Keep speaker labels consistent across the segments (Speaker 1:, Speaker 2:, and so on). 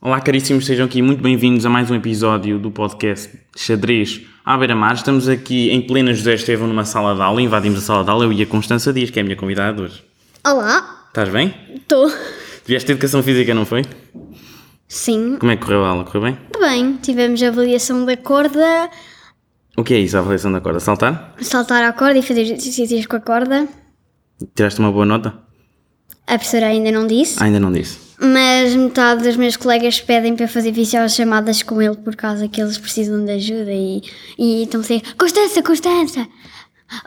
Speaker 1: Olá, caríssimos, sejam aqui muito bem-vindos a mais um episódio do podcast Xadrez à beira-mar. Estamos aqui em plena José Estevão numa sala de aula, invadimos a sala de aula, eu e a Constança Dias, que é a minha convidada hoje.
Speaker 2: Olá,
Speaker 1: Estás bem?
Speaker 2: estou.
Speaker 1: Tiveste educação física, não foi?
Speaker 2: Sim,
Speaker 1: Como é que correu a aula? Correu bem?
Speaker 2: bem, tivemos a avaliação da corda,
Speaker 1: O que é isso, a avaliação da corda? Saltar?
Speaker 2: saltar à corda e fazer exercícios com a corda.
Speaker 1: Tiraste uma boa nota? Ah,
Speaker 2: A professora ainda não disse,
Speaker 1: Ainda não disse.
Speaker 2: mas metade dos meus colegas pedem para eu fazer videochamadas com ele por causa que eles precisam de ajuda e, e estão sempre Constança, Constança,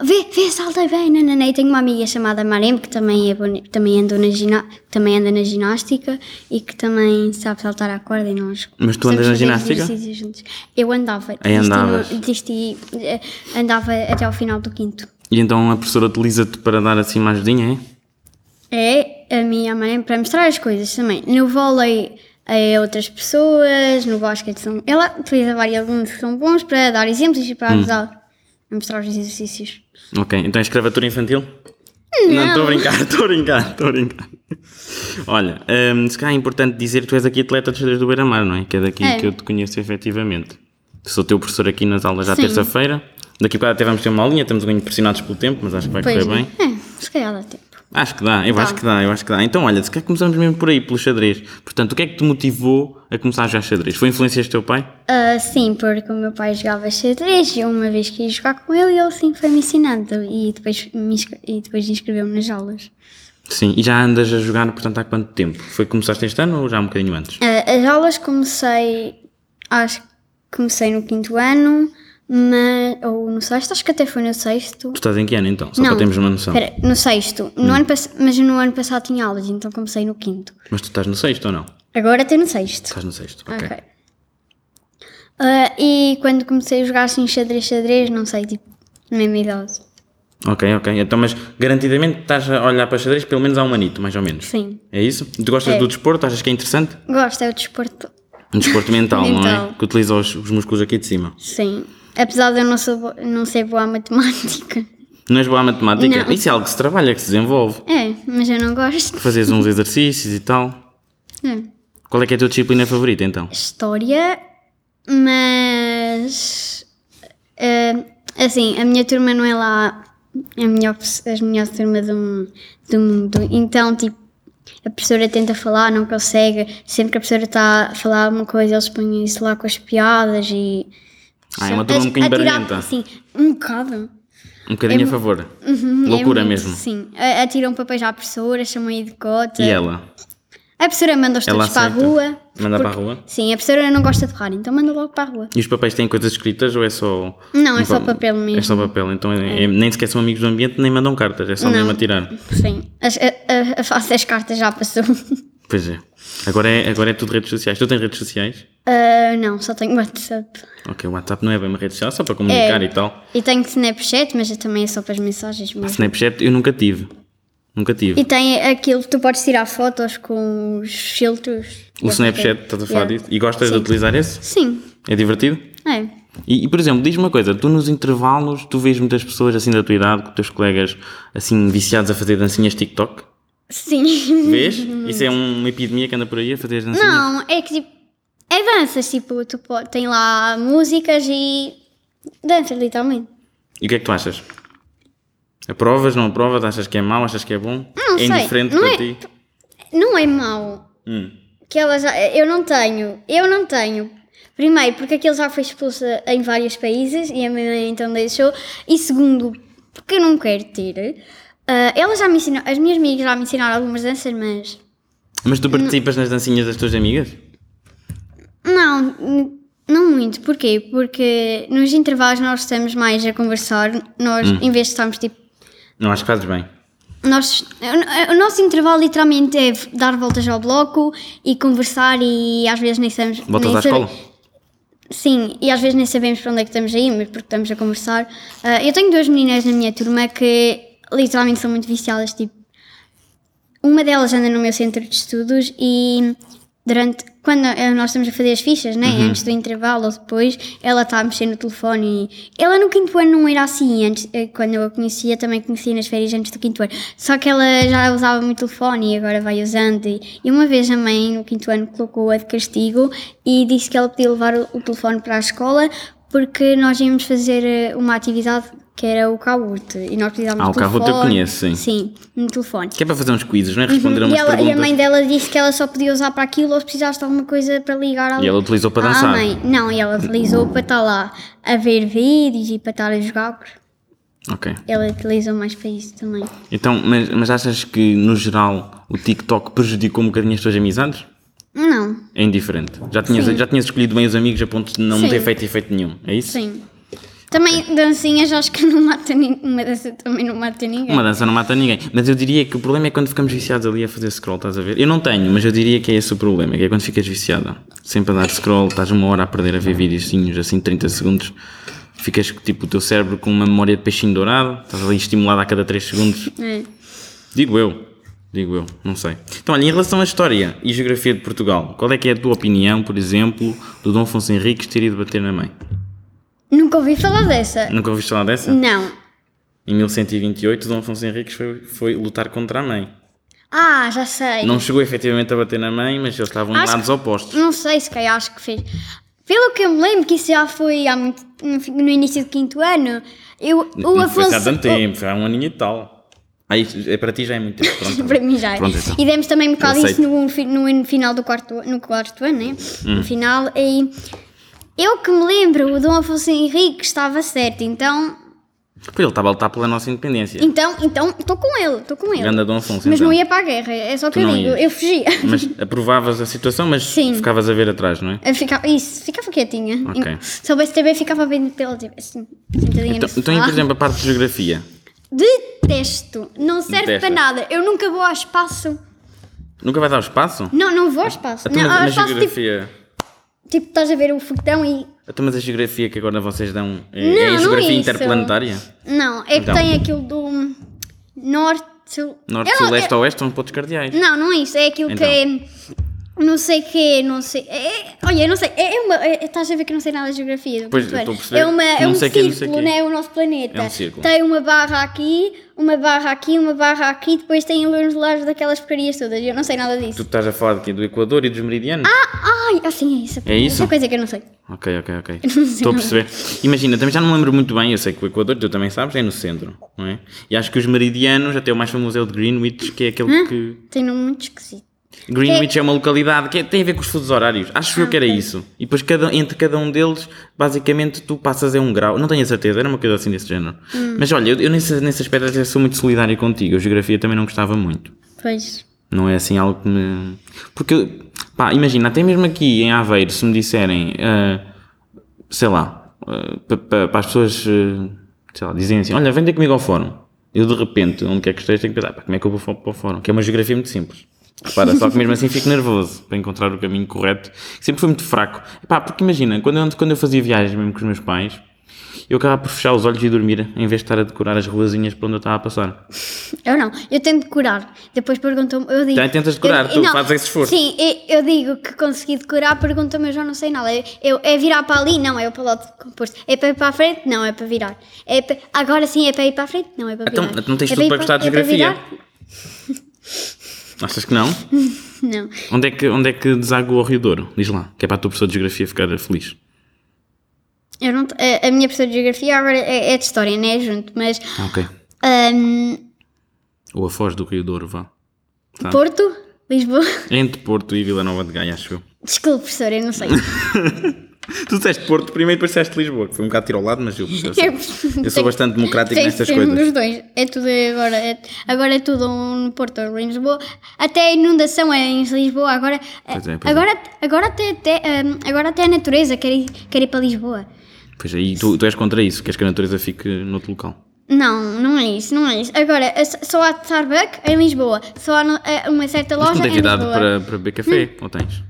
Speaker 2: vê, vê, salta bem, nananã. E tenho uma amiga chamada Marem que também, é boni- também, andou na gina- que também anda na ginástica e que também sabe saltar à corda e nós
Speaker 1: Mas tu andas na
Speaker 2: Fazemos os
Speaker 1: ginástica?
Speaker 2: exercícios juntos. Eu andava.
Speaker 1: Aí
Speaker 2: desisti no-
Speaker 1: andavas.
Speaker 2: desisti, eh, andava até ao final do quinto.
Speaker 1: E então a professora utiliza-te para dar assim mais ajudinha, é?
Speaker 2: É a minha mãe para mostrar as coisas também. No vôlei a outras pessoas, no basquete são... Ela utiliza vários alunos que são bons para dar exemplos e para
Speaker 1: Hum.
Speaker 2: ajudar a mostrar os exercícios.
Speaker 1: Ok, então é escravatura infantil? Não, estou a brincar, estou a brincar, estou a brincar. Olha, hum, se calhar é importante dizer que tu és aqui atleta de xadrez do Beira-Mar, não é? Que é daqui
Speaker 2: É.
Speaker 1: que eu te conheço efetivamente. Sou teu professor aqui nas aulas à
Speaker 2: Sim.
Speaker 1: terça-feira. Daqui a bocado até vamos ter uma aulinha, estamos um bocadinho pressionados pelo tempo, mas acho que vai
Speaker 2: Pois,
Speaker 1: correr bem.
Speaker 2: é, se calhar dá tempo.
Speaker 1: Acho que dá, eu
Speaker 2: Dá.
Speaker 1: acho que dá, eu acho que dá. Então, olha, se calhar começamos mesmo por aí, pelo xadrez. Portanto, o que é que te motivou a começar a jogar xadrez? Foi influências do teu pai?
Speaker 2: Ah, sim, porque o meu pai jogava xadrez e eu uma vez quis jogar com ele e ele sim foi me ensinando e depois, me inscre- e depois inscreveu-me nas aulas.
Speaker 1: Sim, e já andas a jogar, portanto, há quanto tempo? Foi que começaste este ano ou já há um bocadinho antes?
Speaker 2: Ah, as aulas comecei, acho que comecei no quinto ano, mas, ou no sexto, acho que até foi no sexto.
Speaker 1: Tu estás em que ano então? Só
Speaker 2: Não.
Speaker 1: para termos uma noção.
Speaker 2: Espera, no sexto, no ano pass- mas no ano passado tinha aulas, então comecei no quinto.
Speaker 1: Mas tu estás no sexto ou não?
Speaker 2: Agora estou no sexto.
Speaker 1: Estás no sexto, ok.
Speaker 2: Ok. Ah, e quando comecei a jogar assim xadrez, xadrez, não sei, tipo, na mesma idade.
Speaker 1: Ok, ok. Então, mas garantidamente estás a olhar para xadrez pelo menos há um anito, mais ou menos.
Speaker 2: Sim.
Speaker 1: É isso? Tu gostas do desporto? Achas que é interessante?
Speaker 2: Gosto, é o desporto.
Speaker 1: Um desporto mental, não é?
Speaker 2: Mental.
Speaker 1: Que utiliza os, os músculos aqui de cima.
Speaker 2: Sim. Apesar de eu não, sou bo- não ser boa à matemática.
Speaker 1: Não és boa à matemática?
Speaker 2: Não.
Speaker 1: Isso é algo que se trabalha, que se desenvolve.
Speaker 2: É, mas eu não gosto.
Speaker 1: Fazes uns exercícios e tal.
Speaker 2: É.
Speaker 1: Qual é que é a tua disciplina favorita então?
Speaker 2: história, mas eh, assim, a minha turma não é lá a melhor, as melhores turmas do, do mundo. Então, tipo, a professora tenta falar, não consegue. Sempre que a professora está a falar alguma coisa, eles põem isso lá com as piadas e.
Speaker 1: Ah, é uma turma um
Speaker 2: As-
Speaker 1: bocadinho
Speaker 2: a tirar-
Speaker 1: barulhenta.
Speaker 2: Sim, um bocado.
Speaker 1: Um bocadinho a favor.
Speaker 2: Uhum, é
Speaker 1: Loucura
Speaker 2: muito,
Speaker 1: mesmo.
Speaker 2: Sim, A- atiram papéis à professora, chamam-a de cota.
Speaker 1: E ela?
Speaker 2: A professora manda-os
Speaker 1: Ela
Speaker 2: todos para a
Speaker 1: aceita.
Speaker 2: rua.
Speaker 1: Manda para a
Speaker 2: porque-
Speaker 1: rua?
Speaker 2: Sim, a professora não gosta de rar, então manda logo para a rua.
Speaker 1: E os papéis têm coisas escritas ou é só.
Speaker 2: Não, é só
Speaker 1: pa-
Speaker 2: papel mesmo.
Speaker 1: É só papel, então é- é- nem sequer são amigos do ambiente, nem mandam cartas, é só mesmo a tirar.
Speaker 2: Sim, As- a, a, a fase das cartas já passou.
Speaker 1: Pois é. Agora é, agora é tudo redes sociais. Tu tens redes sociais?
Speaker 2: Ah, não, só tenho WhatsApp.
Speaker 1: Ok, o WhatsApp não é bem uma rede social, só para comunicar
Speaker 2: É.
Speaker 1: e tal.
Speaker 2: E tenho Snapchat, mas também é só para as mensagens mesmo.
Speaker 1: Snapchat eu nunca tive. Nunca tive.
Speaker 2: E tem aquilo que tu podes tirar fotos com os filtros.
Speaker 1: o Snapchat, estás a falar
Speaker 2: Yeah.
Speaker 1: disso? E gostas de
Speaker 2: Sim.
Speaker 1: utilizar esse?
Speaker 2: Sim,
Speaker 1: É divertido?
Speaker 2: é.
Speaker 1: E, e, por exemplo, diz-me uma coisa, tu nos intervalos, tu vês muitas pessoas assim da tua idade, com teus colegas assim viciados a fazer dancinhas TikTok?
Speaker 2: Sim.
Speaker 1: Vês? Isso é uma epidemia que anda por aí a fazer as dancinhas?
Speaker 2: Não, é que tipo, é danças, tipo, tu po- tem lá músicas e danças, literalmente.
Speaker 1: E o que é que tu achas? Aprovas, não aprovas? Achas que é mau? Achas que é bom?
Speaker 2: Não
Speaker 1: é
Speaker 2: sei,
Speaker 1: indiferente
Speaker 2: não
Speaker 1: para
Speaker 2: é-
Speaker 1: ti?
Speaker 2: Não é mau,
Speaker 1: Hum.
Speaker 2: Que ela já. Eu não tenho. Eu não tenho. Primeiro, porque aquilo já foi expulso em vários países e a minha mãe então deixou. E segundo, porque eu não quero ter. Ah, ela já me ensinou. As minhas amigas já me ensinaram algumas danças, mas.
Speaker 1: Mas
Speaker 2: Hum.
Speaker 1: tu participas nas dancinhas das tuas amigas?
Speaker 2: Não, n- não muito. Porquê? Porque nos intervalos nós estamos mais a conversar, nós,
Speaker 1: Hum.
Speaker 2: em vez de estarmos tipo.
Speaker 1: Não, acho que fazes bem.
Speaker 2: Nós, o- o nosso intervalo literalmente é dar voltas ao bloco e conversar e às vezes nem sabemos.
Speaker 1: Voltas
Speaker 2: nem
Speaker 1: à escola?
Speaker 2: sabe- Sim, e às vezes nem sabemos para onde é que estamos a ir, mas porque estamos a conversar. Ah, eu tenho duas meninas na minha turma que literalmente são muito viciadas, tipo... Uma delas anda no meu centro de estudos e durante. Quando eh, nós estamos a fazer as fichas, né?
Speaker 1: Uhum.
Speaker 2: Antes do intervalo ou depois, ela está a mexer no telefone e. Ela no quinto ano não era assim. Antes, eh, quando eu a conhecia, também conhecia nas férias antes do quinto ano. Só que ela já usava muito telefone e agora vai usando. E, e uma vez a mãe, no quinto ano, colocou-a de castigo e disse que ela podia levar o, o telefone para a escola porque nós íamos fazer eh, uma atividade que era o caurte e nós precisávamos
Speaker 1: Ah, o
Speaker 2: de telefone.
Speaker 1: Kahoot eu conheço, sim.
Speaker 2: Sim, no telefone.
Speaker 1: Que é para fazer uns quizzes, não é? Responder a
Speaker 2: Uhum. E,
Speaker 1: umas
Speaker 2: ela- e a
Speaker 1: perguntas.
Speaker 2: mãe dela disse que ela só podia usar para aquilo ou se precisasse de alguma coisa para ligar à-
Speaker 1: E ela utilizou para
Speaker 2: à
Speaker 1: dançar.
Speaker 2: Ah, mãe. Não, e ela utilizou para estar lá a ver vídeos e para estar a jogar.
Speaker 1: Ok.
Speaker 2: Ela utilizou mais para isso também.
Speaker 1: Então, mas, mas achas que, no geral, o TikTok prejudicou um bocadinho as tuas amizades?
Speaker 2: Não,
Speaker 1: É indiferente. Já tinhas,
Speaker 2: Sim.
Speaker 1: já tinhas escolhido bem os amigos a ponto de não
Speaker 2: Sim.
Speaker 1: ter feito efeito nenhum, é isso?
Speaker 2: sim. Também dancinhas acho que não mata ninguém. Uma dança também não mata ninguém.
Speaker 1: Uma dança não mata ninguém. Mas eu diria que o problema é quando ficamos viciados ali a fazer scroll, estás a ver? Eu não tenho, mas eu diria que é esse o problema, que é quando ficas viciada. Sempre a dar scroll, estás uma hora a perder a ver videozinhos, assim 30 segundos. Ficas tipo o teu cérebro com uma memória de peixinho dourado, estás ali estimulado a cada 3 segundos.
Speaker 2: É.
Speaker 1: Digo eu. Digo eu, não sei. Então, olha, em relação à história e geografia de Portugal, qual é que é a tua opinião, por exemplo, do Dom Afonso Henriques ter ido bater na mãe?
Speaker 2: Nunca ouvi falar dessa.
Speaker 1: Nunca ouviste falar dessa?
Speaker 2: Não.
Speaker 1: Em 1128, Dom Afonso Henriques foi, foi lutar contra a mãe.
Speaker 2: Ah, já sei.
Speaker 1: Não chegou efetivamente a bater na mãe, mas eles estavam em
Speaker 2: Acho
Speaker 1: lados opostos.
Speaker 2: Não sei, se calhar acho que fez. Pelo que eu me lembro, que isso já foi há muito, no fi- no início do quinto ano. Eu, o
Speaker 1: Não foi
Speaker 2: Afonso.
Speaker 1: há tanto
Speaker 2: o-
Speaker 1: tempo, foi há um aninho e tal. Ah, isso, é, para ti já é muito tempo, pronto.
Speaker 2: para mim já é.
Speaker 1: Pronto, então.
Speaker 2: E demos também um bocado
Speaker 1: Eu
Speaker 2: isso no, fi- no, no final do quarto, no quarto ano, né?
Speaker 1: Hum.
Speaker 2: No final. E eu que me lembro, o Dom Afonso Henrique estava certo. Então,
Speaker 1: Pois ele estava a lutar pela nossa independência.
Speaker 2: então, então, estou com ele, estou com ele.
Speaker 1: Grande Dom Afonso,
Speaker 2: Mas
Speaker 1: então.
Speaker 2: não ia para a guerra, é só que
Speaker 1: Tu
Speaker 2: eu
Speaker 1: não
Speaker 2: digo,
Speaker 1: ias. Hum.
Speaker 2: eu fugia.
Speaker 1: Mas aprovavas a situação, mas
Speaker 2: Sim.
Speaker 1: ficavas a ver atrás, não é?
Speaker 2: Eu ficava, isso, ficava quietinha.
Speaker 1: Ok.
Speaker 2: Se soubesse TV, ficava bem pela TV, assim, sentadinha no
Speaker 1: Então, então, e,
Speaker 2: sofá.
Speaker 1: por exemplo, a parte de geografia.
Speaker 2: Detesto. Não serve
Speaker 1: Detestas.
Speaker 2: para nada. Eu nunca vou ao espaço.
Speaker 1: Nunca vai dar o espaço?
Speaker 2: Não, não vou ao espaço.
Speaker 1: Então,
Speaker 2: Não,
Speaker 1: mas,
Speaker 2: ao
Speaker 1: mas
Speaker 2: espaço, tipo,
Speaker 1: geografia.
Speaker 2: tipo, estás a ver o foguetão e.
Speaker 1: Então, mas a geografia que agora vocês dão é,
Speaker 2: Não,
Speaker 1: é a
Speaker 2: não
Speaker 1: geografia
Speaker 2: isso.
Speaker 1: interplanetária?
Speaker 2: Não, é que
Speaker 1: Então.
Speaker 2: tem aquilo do. Norte. sul-
Speaker 1: Norte,
Speaker 2: Eu não-
Speaker 1: sul, leste,
Speaker 2: eu-
Speaker 1: oeste são os pontos cardeais.
Speaker 2: Não, não é isso. É aquilo
Speaker 1: Então.
Speaker 2: que é. Não sei que não sei. é- é- olha, eu não sei. É, é uma. é- estás a ver que eu não sei nada de geografia. do
Speaker 1: Pois,
Speaker 2: Porto Velho.
Speaker 1: eu estou a perceber.
Speaker 2: É, uma, é
Speaker 1: Não
Speaker 2: um
Speaker 1: sei que, não sei
Speaker 2: círculo,
Speaker 1: que.
Speaker 2: né? É o nosso planeta.
Speaker 1: É um círculo.
Speaker 2: Tem uma barra aqui, uma barra aqui, uma barra aqui, depois tem os lados daquelas porcarias todas. Eu não sei nada disso.
Speaker 1: Tu estás a falar de quê? Do Equador e dos meridianos?
Speaker 2: Ai, assim é isso.
Speaker 1: É isso?
Speaker 2: Essa coisa que eu não sei.
Speaker 1: Ok, ok, ok. Estou a perceber. Imagina, também já não me lembro muito bem, eu sei que o Equador, tu também sabes, é no centro, não é? E acho que os meridianos, até o mais famoso é o de Greenwich, que é aquele que.
Speaker 2: Tem nome muito esquisito.
Speaker 1: Greenwich é uma localidade que é- tem a ver com os fusos horários. Acho eu que era isso. E depois cada- entre cada um deles, basicamente, tu passas a um grau. Não tenho a certeza, era uma coisa assim desse género. Mas olha, eu, eu nesse, nesse aspecto até sou muito solidário contigo. A geografia também não gostava muito.
Speaker 2: Pois.
Speaker 1: Não é assim algo que me. Porque, eu- pá, imagina, até mesmo aqui em Aveiro, se me disserem, ah, sei lá, ah, pa- pa- para as pessoas, ah, sei lá, dizem assim: olha, vem ter comigo ao fórum. Eu de repente, onde quer que esteja, tenho que pensar: pá, como é que eu vou fo- para o fórum? Que é uma geografia muito simples. Repara, só que mesmo assim fico nervoso para encontrar o caminho correto. Sempre foi muito fraco. Pá, porque imagina, quando eu, quando eu fazia viagens mesmo com os meus pais, eu acabava por fechar os olhos e dormir, em vez de estar a decorar as ruazinhas para onde eu estava a passar.
Speaker 2: Eu não. Eu tento decorar. Depois perguntam-me. Eu digo.
Speaker 1: Então, tentas decorar,
Speaker 2: eu-
Speaker 1: tu
Speaker 2: não.
Speaker 1: fazes esse esforço.
Speaker 2: Sim, e- eu, digo que consegui decorar, perguntam-me, eu já não sei nada. Eu, eu- é virar para ali? Não, é o para o lado composto. É para ir para a frente? Não, é para virar. É pa- agora sim é para ir para a frente? Não, é para
Speaker 1: Então,
Speaker 2: virar.
Speaker 1: não tens
Speaker 2: É
Speaker 1: tudo
Speaker 2: ir
Speaker 1: para gostar de
Speaker 2: é
Speaker 1: geografia?
Speaker 2: virar?
Speaker 1: Achas que não?
Speaker 2: Não.
Speaker 1: Onde é que, onde é que desagua o Rio Douro? Diz lá, que é para a tua professora de geografia ficar feliz.
Speaker 2: Eu não t- a, a minha professora de geografia agora é, é de história, não é junto, mas.
Speaker 1: Ah, ok.
Speaker 2: ahm,
Speaker 1: Ou a foz do Rio Douro, vá. Tá.
Speaker 2: Porto? Lisboa?
Speaker 1: Entre Porto e Vila Nova de Gaia, acho eu.
Speaker 2: Desculpe, professora, eu não sei.
Speaker 1: Tu disseste Porto primeiro e depois disseste Lisboa, que foi um bocado tiro ao lado, mas eu, eu, sou,
Speaker 2: Eu-
Speaker 1: eu sou bastante democrático
Speaker 2: Tem
Speaker 1: nestas
Speaker 2: que ser um
Speaker 1: coisas.
Speaker 2: dos dois. É tudo agora. É, agora é tudo um no Porto ou em Lisboa. Até a inundação é em Lisboa. Agora,
Speaker 1: Pois é, pois é.
Speaker 2: agora, agora, até, até, hum, agora até a natureza quer ir, quer ir para Lisboa.
Speaker 1: Pois aí, tu, tu és contra isso, queres que a natureza fique noutro local.
Speaker 2: Não, não é isso, não é isso. Agora, é só- só há Starbucks em Lisboa. Só há no- é uma certa
Speaker 1: Mas tu
Speaker 2: loja
Speaker 1: não
Speaker 2: em
Speaker 1: tens idade
Speaker 2: Lisboa. Hum.
Speaker 1: para, para beber café, ou tens?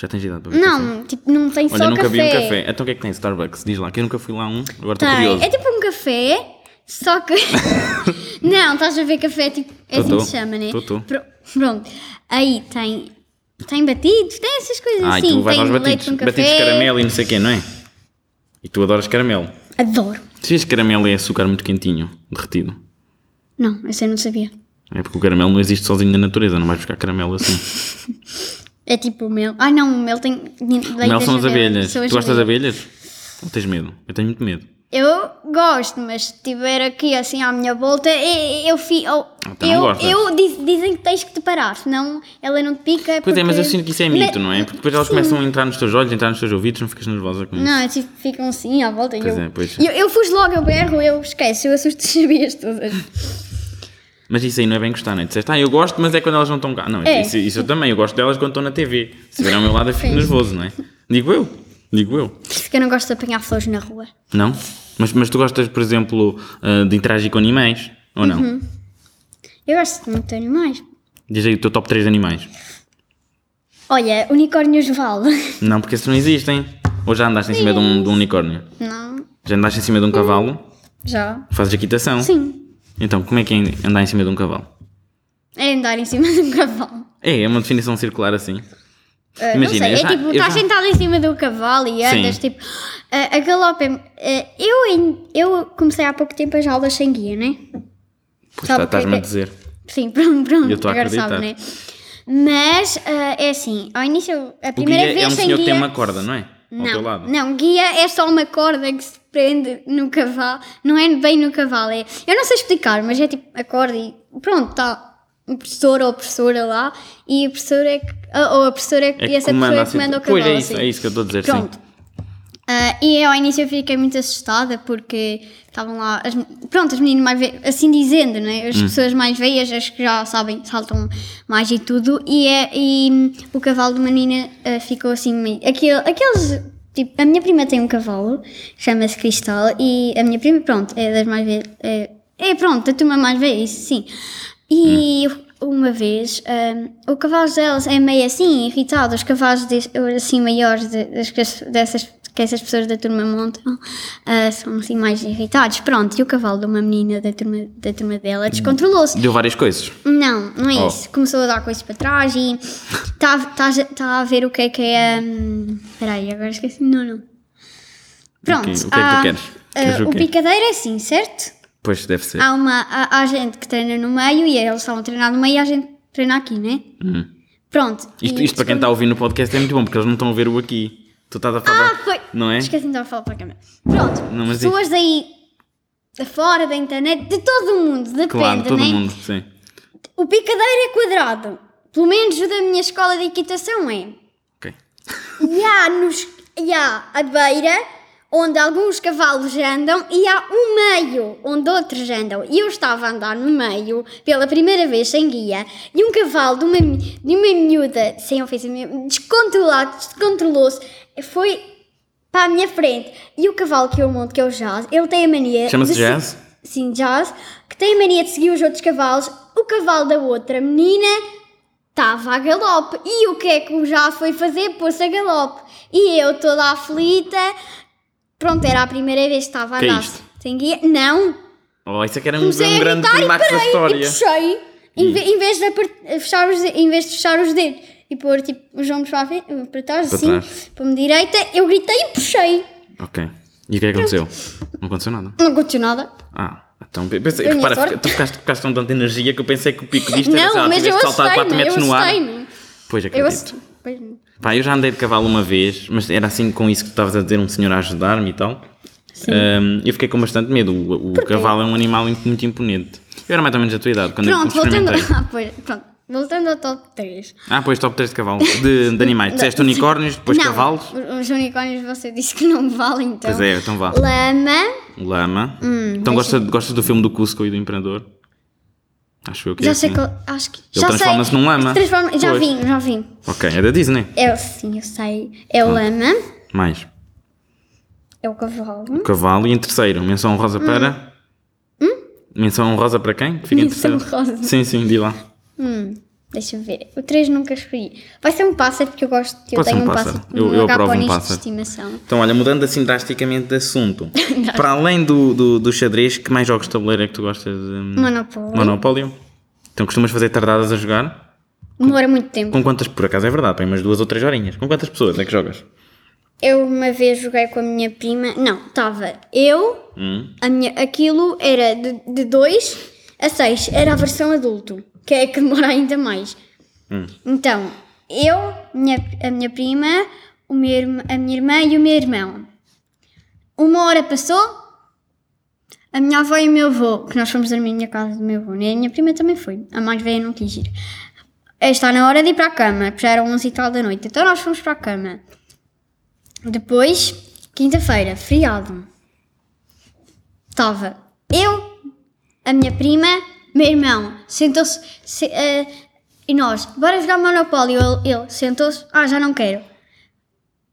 Speaker 1: Já tens idade para beber café?
Speaker 2: Não, tipo, não tem
Speaker 1: Olha,
Speaker 2: só
Speaker 1: nunca
Speaker 2: café.
Speaker 1: vi um café. Então o que é que tem Starbucks? Diz lá, que eu nunca fui lá a um, agora estou
Speaker 2: Tem.
Speaker 1: curioso.
Speaker 2: É tipo um café, só que. não, estás a ver café, tipo, é
Speaker 1: Tô,
Speaker 2: assim
Speaker 1: tô.
Speaker 2: que se chama, né?
Speaker 1: Tô, tô.
Speaker 2: Pro- Pronto. Aí tem Tem batidos, tem essas coisas
Speaker 1: Ah, e
Speaker 2: assim.
Speaker 1: tu vais
Speaker 2: tem
Speaker 1: aos
Speaker 2: leite
Speaker 1: batidos.
Speaker 2: com café.
Speaker 1: Batidos de caramelo e não sei o quê, não é? E tu adoras caramelo.
Speaker 2: Adoro.
Speaker 1: Sabias que caramelo é açúcar muito quentinho, derretido?
Speaker 2: Não, essa eu não sabia.
Speaker 1: É porque o caramelo não existe sozinho na natureza, não vais buscar caramelo assim.
Speaker 2: É tipo o mel. Ai não, o mel tem. Leite
Speaker 1: O mel são
Speaker 2: das
Speaker 1: as abelhas.
Speaker 2: São as
Speaker 1: Tu gostas de abelhas? Ou tens medo? Eu tenho muito medo.
Speaker 2: Eu gosto, mas se tiver aqui assim à minha volta, eu, eu fi- eu,
Speaker 1: Então não
Speaker 2: eu-
Speaker 1: gostas.
Speaker 2: eu- diz- dizem que tens que te parar, senão ela não te pica.
Speaker 1: Pois
Speaker 2: porque...
Speaker 1: é, mas eu sinto que isso é mito, não é? Porque depois elas
Speaker 2: Sim.
Speaker 1: começam a entrar nos teus olhos, entrar nos teus ouvidos, não ficas nervosa com isso.
Speaker 2: Não, tipo, ficam assim à volta. e
Speaker 1: Pois
Speaker 2: eu,
Speaker 1: é, pois é.
Speaker 2: eu, eu fujo logo, eu berro, eu esqueço, eu assusto as sabias todas.
Speaker 1: Mas isso aí não é bem gostar, não é? Disseste, ah, eu gosto, mas é quando elas não estão cá. Não,
Speaker 2: É.
Speaker 1: isso, isso eu também, eu gosto delas quando estão na TV. Se vier ao meu lado eu fico
Speaker 2: Sim.
Speaker 1: nervoso, não é? Digo eu, digo eu.
Speaker 2: Porque eu não gosto de apanhar flores na rua.
Speaker 1: Não? Mas, mas tu gostas, por exemplo, ah, de interagir com animais, ou não?
Speaker 2: Uhum. Eu gosto muito de animais.
Speaker 1: Diz aí o teu top 3 de animais.
Speaker 2: Olha, unicórnios vale.
Speaker 1: Não, porque esses não existem. Ou já andaste em cima de um, de um unicórnio?
Speaker 2: Não,
Speaker 1: Já andaste em cima de um cavalo?
Speaker 2: já.
Speaker 1: Fazes equitação?
Speaker 2: Uhum. Sim,
Speaker 1: Então, como é que é andar em cima de um cavalo?
Speaker 2: é andar em cima de um cavalo.
Speaker 1: É, é uma definição circular assim.
Speaker 2: Ah,
Speaker 1: Imagina,
Speaker 2: não sei,
Speaker 1: eu
Speaker 2: é
Speaker 1: já-
Speaker 2: tipo,
Speaker 1: eu
Speaker 2: estás
Speaker 1: já-
Speaker 2: sentado em cima do cavalo e andas,
Speaker 1: Sim.
Speaker 2: tipo, ah, a galope é- ah, eu, em- eu comecei há pouco tempo as aulas sem guia, né?
Speaker 1: Pois tá,
Speaker 2: Sabe porque-
Speaker 1: estás-me a dizer.
Speaker 2: Sim, pronto, pronto,
Speaker 1: Eu estou a
Speaker 2: agora sabe, né?
Speaker 1: acreditar.
Speaker 2: Mas ah, é assim, ao início, a
Speaker 1: O
Speaker 2: primeira
Speaker 1: guia
Speaker 2: vez
Speaker 1: é um
Speaker 2: sem
Speaker 1: senhor que
Speaker 2: guia.
Speaker 1: tem uma corda, não é? Ao teu
Speaker 2: Não,
Speaker 1: lado.
Speaker 2: não, guia é só uma corda que se prende no cavalo, não é bem no cavalo, é, eu não sei explicar, mas é tipo a corda e pronto, está um professor ou professora lá e a professora é que, ou a professora é que,
Speaker 1: É
Speaker 2: essa
Speaker 1: comanda
Speaker 2: pessoa é
Speaker 1: assim-
Speaker 2: que manda o cavalo.
Speaker 1: Pois é isso,
Speaker 2: assim.
Speaker 1: é isso que eu estou a dizer,
Speaker 2: Pronto.
Speaker 1: sim.
Speaker 2: Ah, e eu ao início eu fiquei muito assustada porque estavam lá, as, pronto, as meninas mais velhas, assim dizendo, né? As pessoas mais velhas, as que já sabem, saltam mais e tudo. E, é- e o cavalo de uma menina ah, ficou assim meio. Aquele, aqueles. Tipo, a minha prima tem um cavalo, chama-se Cristal, e a minha prima, pronto, é das mais velhas. É, é, pronto, a turma mais velha, isso sim. E uma vez, ah, o cavalo delas é meio assim, irritado, os cavalos de- assim maiores de- das que as- dessas que essas pessoas da turma montam ah, são assim mais irritados. Pronto, e o cavalo de uma menina da turma, da turma dela descontrolou-se.
Speaker 1: Deu várias coisas.
Speaker 2: Não, não é
Speaker 1: Oh.
Speaker 2: isso. Começou a dar coisas para trás e está tá, tá a ver o que é que é. hum, Espera aí, agora esqueci. Não, não. Pronto.
Speaker 1: Ok, o que é que tu
Speaker 2: há,
Speaker 1: queres?
Speaker 2: ah,
Speaker 1: Queres o
Speaker 2: o
Speaker 1: quê?
Speaker 2: picadeiro é assim, certo?
Speaker 1: Pois deve ser.
Speaker 2: Há, uma, há, há gente que treina no meio e eles estão a treinar no meio e há gente que treina aqui, né?
Speaker 1: Hum.
Speaker 2: Pronto.
Speaker 1: Isto,
Speaker 2: e
Speaker 1: isto para quem está a ouvir no podcast é muito bom, porque eles não estão a ver o aqui. Tu estás a falar.
Speaker 2: Ah, foi.
Speaker 1: Não é?
Speaker 2: Esqueci de falar para a câmera. Pronto.
Speaker 1: Não, mas
Speaker 2: pessoas daí, de fora da internet, de todo o mundo, depende,
Speaker 1: Claro, todo
Speaker 2: né?
Speaker 1: mundo, sim.
Speaker 2: O picadeiro é quadrado. Pelo menos o da minha escola de equitação é.
Speaker 1: Ok.
Speaker 2: E há, nos, e há a beira, onde alguns cavalos andam, e há o meio, onde outros andam. E eu estava a andar no meio, pela primeira vez sem guia, e um cavalo de uma, mi- de uma miúda, sem ofensa, mesmo, descontrolado, descontrolou-se, foi para a minha frente. E o cavalo que eu monto, que é o Jazz, ele tem a mania...
Speaker 1: Chama-se
Speaker 2: de se-
Speaker 1: Jazz?
Speaker 2: Sim, Jazz, que tem a mania de seguir os outros cavalos. O cavalo da outra menina Estava a galope. E o que é que o já foi fazer? Pôs-se a galope. E eu toda aflita. Pronto, era a primeira vez que estava a
Speaker 1: Que é
Speaker 2: andar.
Speaker 1: isto?
Speaker 2: Sem guia. Não.
Speaker 1: Oh, isso é que era um,
Speaker 2: Comecei
Speaker 1: um
Speaker 2: a
Speaker 1: grande
Speaker 2: gritar e
Speaker 1: climax da
Speaker 2: parei. E
Speaker 1: história. Hum.
Speaker 2: puxei. Em, ve- em vez de aper- fechar os, de- em vez de fechar os dedos e pôr tipo, os ombros para, a frente- para trás,
Speaker 1: Para
Speaker 2: assim,
Speaker 1: trás.
Speaker 2: para uma direita, eu gritei e puxei.
Speaker 1: Ok. E o que é que aconteceu? Não aconteceu nada.
Speaker 2: Não aconteceu nada.
Speaker 1: Ah, então. eu Pensei,
Speaker 2: Tenho
Speaker 1: repara,
Speaker 2: sorte.
Speaker 1: fica- tu ficaste, ficaste com tanta energia que eu pensei que o pico disto era sei lá,
Speaker 2: não, mas eu
Speaker 1: tiveste saltado 4
Speaker 2: assustei-me. Eu
Speaker 1: metros no ar.
Speaker 2: assustei-me.
Speaker 1: Pois
Speaker 2: Eu
Speaker 1: acredito.
Speaker 2: assustei Pois não.
Speaker 1: Pá, eu já andei de cavalo uma vez, mas era assim com isso que tu estavas a dizer, um senhor a ajudar-me e tal. Ahm, eu fiquei com bastante medo. O, o cavalo é um animal imp- muito imponente. Eu era mais ou menos da tua idade, quando eu
Speaker 2: Pronto, voltando,
Speaker 1: experimentei.
Speaker 2: ah, pois, pronto, voltando ao top 3.
Speaker 1: Ah, pois, top 3 de cavalo, de, de animais. É, Disseste unicórnios, depois
Speaker 2: não,
Speaker 1: cavalos,
Speaker 2: Os unicórnios você disse que não valem, então.
Speaker 1: Pois é, então vá.
Speaker 2: Lama.
Speaker 1: lama.
Speaker 2: Hum,
Speaker 1: então gosta, gostas do filme do Cusco e do Imperador? Acho eu que é
Speaker 2: já
Speaker 1: assim.
Speaker 2: sei qual. Acho que.
Speaker 1: Ele
Speaker 2: já
Speaker 1: transforma-se
Speaker 2: sei.
Speaker 1: num lama.
Speaker 2: Transforma, já
Speaker 1: Pois.
Speaker 2: vim, já vim.
Speaker 1: Ok, é da Disney.
Speaker 2: É o- sim, eu sei. É o lama,
Speaker 1: Mais.
Speaker 2: é o cavalo.
Speaker 1: Cavalo e em terceiro, menção
Speaker 2: Hum.
Speaker 1: honrosa para... Menção honrosa para quem? Fica em
Speaker 2: Menção
Speaker 1: terceiro.
Speaker 2: honrosa.
Speaker 1: Sim, sim, di lá.
Speaker 2: Hum, deixa eu ver. O 3 nunca escolhi. Vai ser um pássaro, porque eu gosto. Eu
Speaker 1: Pode ser
Speaker 2: tenho
Speaker 1: um
Speaker 2: um
Speaker 1: pássaro.
Speaker 2: pássaro.
Speaker 1: Eu- eu
Speaker 2: HPONIS
Speaker 1: aprovo um
Speaker 2: de
Speaker 1: pássaro.
Speaker 2: estimação.
Speaker 1: Então, olha, mudando assim drasticamente de assunto, para além do, do, do xadrez, que mais jogos de tabuleiro é que tu gostas? hum,
Speaker 2: Monopólio.
Speaker 1: Monopólio. Então, costumas fazer tardadas a jogar?
Speaker 2: Demora muito tempo.
Speaker 1: Com quantas, por acaso é verdade, tem umas duas ou três horinhas. Com quantas pessoas é que jogas?
Speaker 2: Eu uma vez joguei com a minha prima. Não, estava eu,
Speaker 1: Hum?
Speaker 2: a minha, aquilo era de 2 a 6, era a versão adulto, que é a que demora ainda mais. Então, eu, minha- a minha prima, o meu, irm- a minha irmã e o meu irmão. Uma hora passou, a minha avó e o meu avô, que nós fomos dormir na casa do meu avô, né? a minha prima também foi, a mais velha não quis ir. Eh, Está na hora de ir para a cama, porque já eram 11 e tal da noite, então nós fomos para a cama. Depois, quinta-feira, feriado. Estava eu, a minha prima, meu irmão. Sentou-se. se- eh, e nós, bora jogar Monopólio. Ele, ele sentou-se. Ah, já não quero.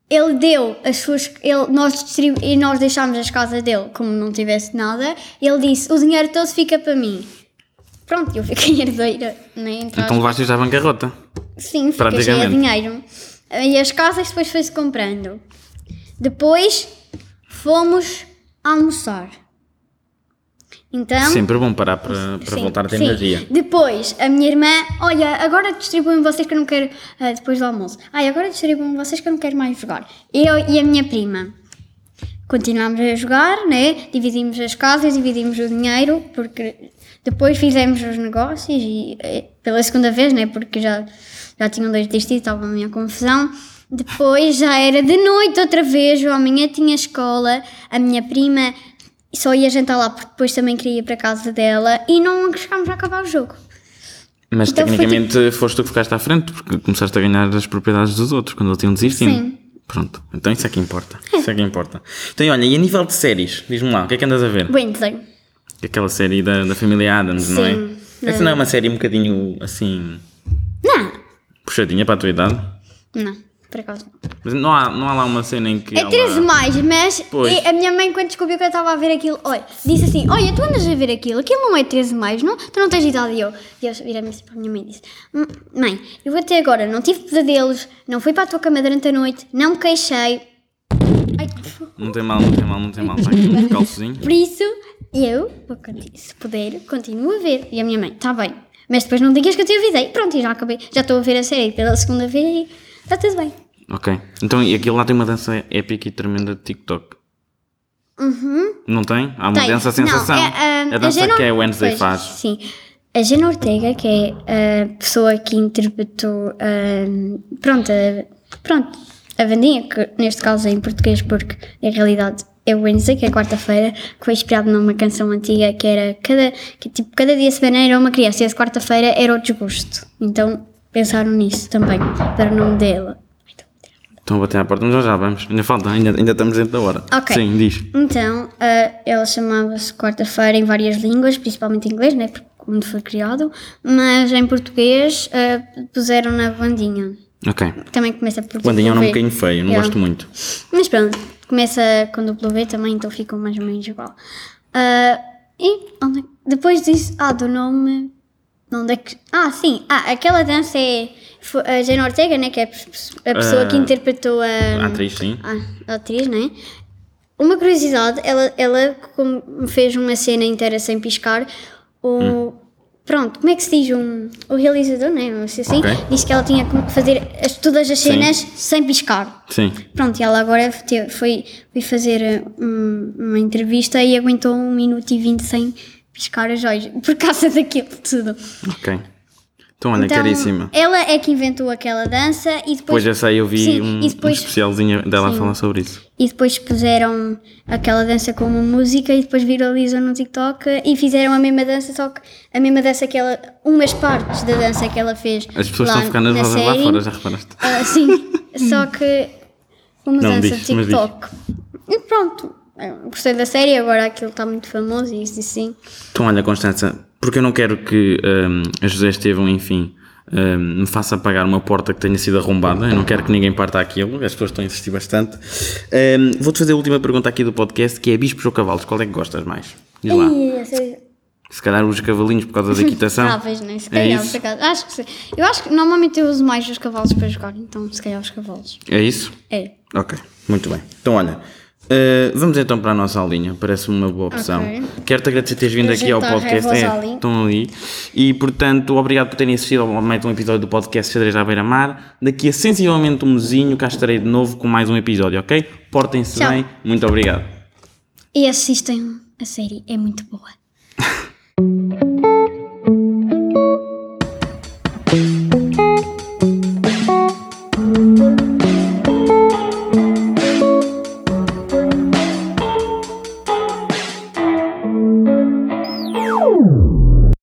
Speaker 2: Ele deu as suas. Ele, nós distribu- e nós deixámos as casas dele como não tivesse nada. Ele disse: o dinheiro todo fica para mim. Pronto, eu fiquei herdeira. Né, entre
Speaker 1: Então levaste-os à bancarrota.
Speaker 2: Sim, fica cheia de dinheiro. E as casas depois foi-se comprando. Depois fomos almoçar. Então.
Speaker 1: Sempre bom parar para, para
Speaker 2: sim,
Speaker 1: voltar a ter
Speaker 2: sim.
Speaker 1: energia.
Speaker 2: Depois a minha irmã, olha, agora distribuem vocês que eu não quero. ah, depois do almoço. Ai, agora distribuem vocês que eu não quero mais jogar. Eu e a minha prima. Continuámos a jogar, né? Dividimos as casas, dividimos o dinheiro, porque depois fizemos os negócios e eh, pela segunda vez, né? Porque já, já tinham dois destinos, estava a minha confusão. Depois já era de noite outra vez, eu amanhã tinha escola, a minha prima só ia jantar lá porque depois também queria ir para casa dela e não chegámos a acabar o jogo.
Speaker 1: Mas
Speaker 2: Então foi
Speaker 1: tecnicamente foste tu que ficaste à frente, porque começaste a ganhar as propriedades dos outros quando eles tinham desistido.
Speaker 2: Sim.
Speaker 1: Pronto, então isso é que importa. Isso é que importa. Então, e olha, e a nível de séries, diz-me lá, o que é que andas a ver?
Speaker 2: Wednesday.
Speaker 1: é Aquela série da, da família Adams, não
Speaker 2: Sim,
Speaker 1: é? Essa não é uma série um bocadinho assim.
Speaker 2: Não,
Speaker 1: puxadinha para a tua idade?
Speaker 2: não, por acaso não.
Speaker 1: Mas não há, não há lá uma cena em que.
Speaker 2: É
Speaker 1: ela-
Speaker 2: 13 mais, mas
Speaker 1: Pois.
Speaker 2: e a minha mãe, quando descobriu que eu estava a ver aquilo, olha, disse assim: Olha, tu andas a ver aquilo, aquilo não é 13 mais, não? Tu não tens idade. E eu, e eu virei-me assim para a minha mãe e disse: "Hum, Mãe, eu até agora não tive pesadelos, não fui para a tua cama durante a noite, não me queixei. Ai, que fo-
Speaker 1: Não tem mal, não tem mal, não tem mal. Está aqui um calçozinho.
Speaker 2: Por isso, eu, vou conti- se puder, continuo a ver. E a minha mãe, está bem. Mas depois não digas que eu te avisei. Pronto, e já acabei. Já estou a ver a série pela segunda vez e está tudo bem.
Speaker 1: Ok. Então, e aquilo lá tem uma dança épica e tremenda de TikTok. Uhum. Não tem? Há uma
Speaker 2: Tem.
Speaker 1: dança
Speaker 2: Não,
Speaker 1: sensação.
Speaker 2: é, ah,
Speaker 1: a dança
Speaker 2: Jenna-
Speaker 1: que a Wednesday
Speaker 2: pois,
Speaker 1: faz.
Speaker 2: Sim. A Jana Ortega, que é a pessoa que interpretou. ah, pronto, a, pronto, a Vandinha, que neste caso é em português, porque na realidade é Wednesday, que é quarta-feira, que foi inspirado numa canção antiga que era cada, que, tipo, cada dia semana era uma criança e essa quarta-feira era o desgosto. Então pensaram nisso também, para o nome dela.
Speaker 1: Estão a Então, bater à porta, mas já já vamos. Ainda falta, ainda, ainda estamos dentro da hora.
Speaker 2: Ok.
Speaker 1: Sim, diz.
Speaker 2: Então, ah, ela chamava-se Quarta-feira em várias línguas, principalmente em inglês, né? Porque quando foi criado, mas em português ah, puseram na bandinha.
Speaker 1: Ok.
Speaker 2: Também começa por.
Speaker 1: Bandinha é um
Speaker 2: W.
Speaker 1: nome um bocadinho feio, não
Speaker 2: Yeah.
Speaker 1: gosto muito.
Speaker 2: Mas pronto, começa com W também, então ficam mais ou menos igual. Ah, e onde- depois disso, ah, do nome. Onde é que. Ah, sim, ah, aquela dança é. foi A Jane Ortega, né? Que é a pes- a pessoa que
Speaker 1: Ah,
Speaker 2: interpretou
Speaker 1: A
Speaker 2: a.
Speaker 1: atriz, sim.
Speaker 2: Ah, atriz, não é? Uma curiosidade, ela, ela como fez uma cena inteira sem piscar. O,
Speaker 1: Hum.
Speaker 2: Pronto, como é que se diz? Um, o realizador, não é? Não sei assim,
Speaker 1: Ok.
Speaker 2: disse que ela tinha que fazer as- todas as cenas sem piscar.
Speaker 1: Sim.
Speaker 2: Pronto, e ela agora te- foi, foi fazer eh, um- uma entrevista e aguentou um minuto e vinte sem piscar os olhos, por causa daquilo tudo.
Speaker 1: Ok. Então, olha, caríssima.
Speaker 2: ela é que inventou aquela dança e depois
Speaker 1: Depois dessa aí eu vi
Speaker 2: Sim,
Speaker 1: um,
Speaker 2: e
Speaker 1: um
Speaker 2: depois
Speaker 1: especialzinho dela a
Speaker 2: Sim.
Speaker 1: falar sobre isso.
Speaker 2: E depois puseram aquela dança como música e depois viralizou no TikTok e fizeram a mesma dança, só que a mesma dança que ela. umas partes da dança que ela fez.
Speaker 1: As pessoas
Speaker 2: lá
Speaker 1: estão a ficar
Speaker 2: na
Speaker 1: nervosas lá
Speaker 2: série.
Speaker 1: fora, já reparaste?
Speaker 2: Ah, sim, só que uma
Speaker 1: Não,
Speaker 2: dança
Speaker 1: diz,
Speaker 2: de
Speaker 1: mas diz.
Speaker 2: TikTok. E pronto, eu gostei da série, agora aquilo está muito famoso e isso e sim.
Speaker 1: Então, olha, Constança, porque eu não quero que hum, a José Estevão, enfim, hum, me faça apagar uma porta que tenha sido arrombada, eu não quero que ninguém parta aquilo, as pessoas estão a insistir bastante. Hum, Vou-te fazer a última pergunta aqui do podcast, que é bispos ou cavalos, qual é que gostas mais? Diz lá.
Speaker 2: E essa-
Speaker 1: Se calhar os cavalinhos por causa da equitação.
Speaker 2: Talvez, né? Se
Speaker 1: É
Speaker 2: calhar,
Speaker 1: isso?
Speaker 2: por acaso. Acho que sim. Eu acho que normalmente eu uso mais os cavalos para jogar, então se calhar os cavalos.
Speaker 1: É isso?
Speaker 2: É.
Speaker 1: Ok, muito bem. Então, olha, hum, Eh, vamos então para a nossa aulinha, parece-me uma boa opção.
Speaker 2: Ok.
Speaker 1: Quero-te agradecer teres vindo
Speaker 2: A
Speaker 1: aqui
Speaker 2: gente
Speaker 1: ao
Speaker 2: tá
Speaker 1: podcast.
Speaker 2: raivosa
Speaker 1: É,
Speaker 2: ali.
Speaker 1: estão ali. E portanto, obrigado por terem assistido ao mais um episódio do podcast Xadrez à Beira-Mar. Daqui a sensivelmente um mesinho, cá estarei de novo com mais um episódio, ok? Portem-se
Speaker 2: Tchau.
Speaker 1: bem, muito obrigado.
Speaker 2: E assistem a série, é muito boa.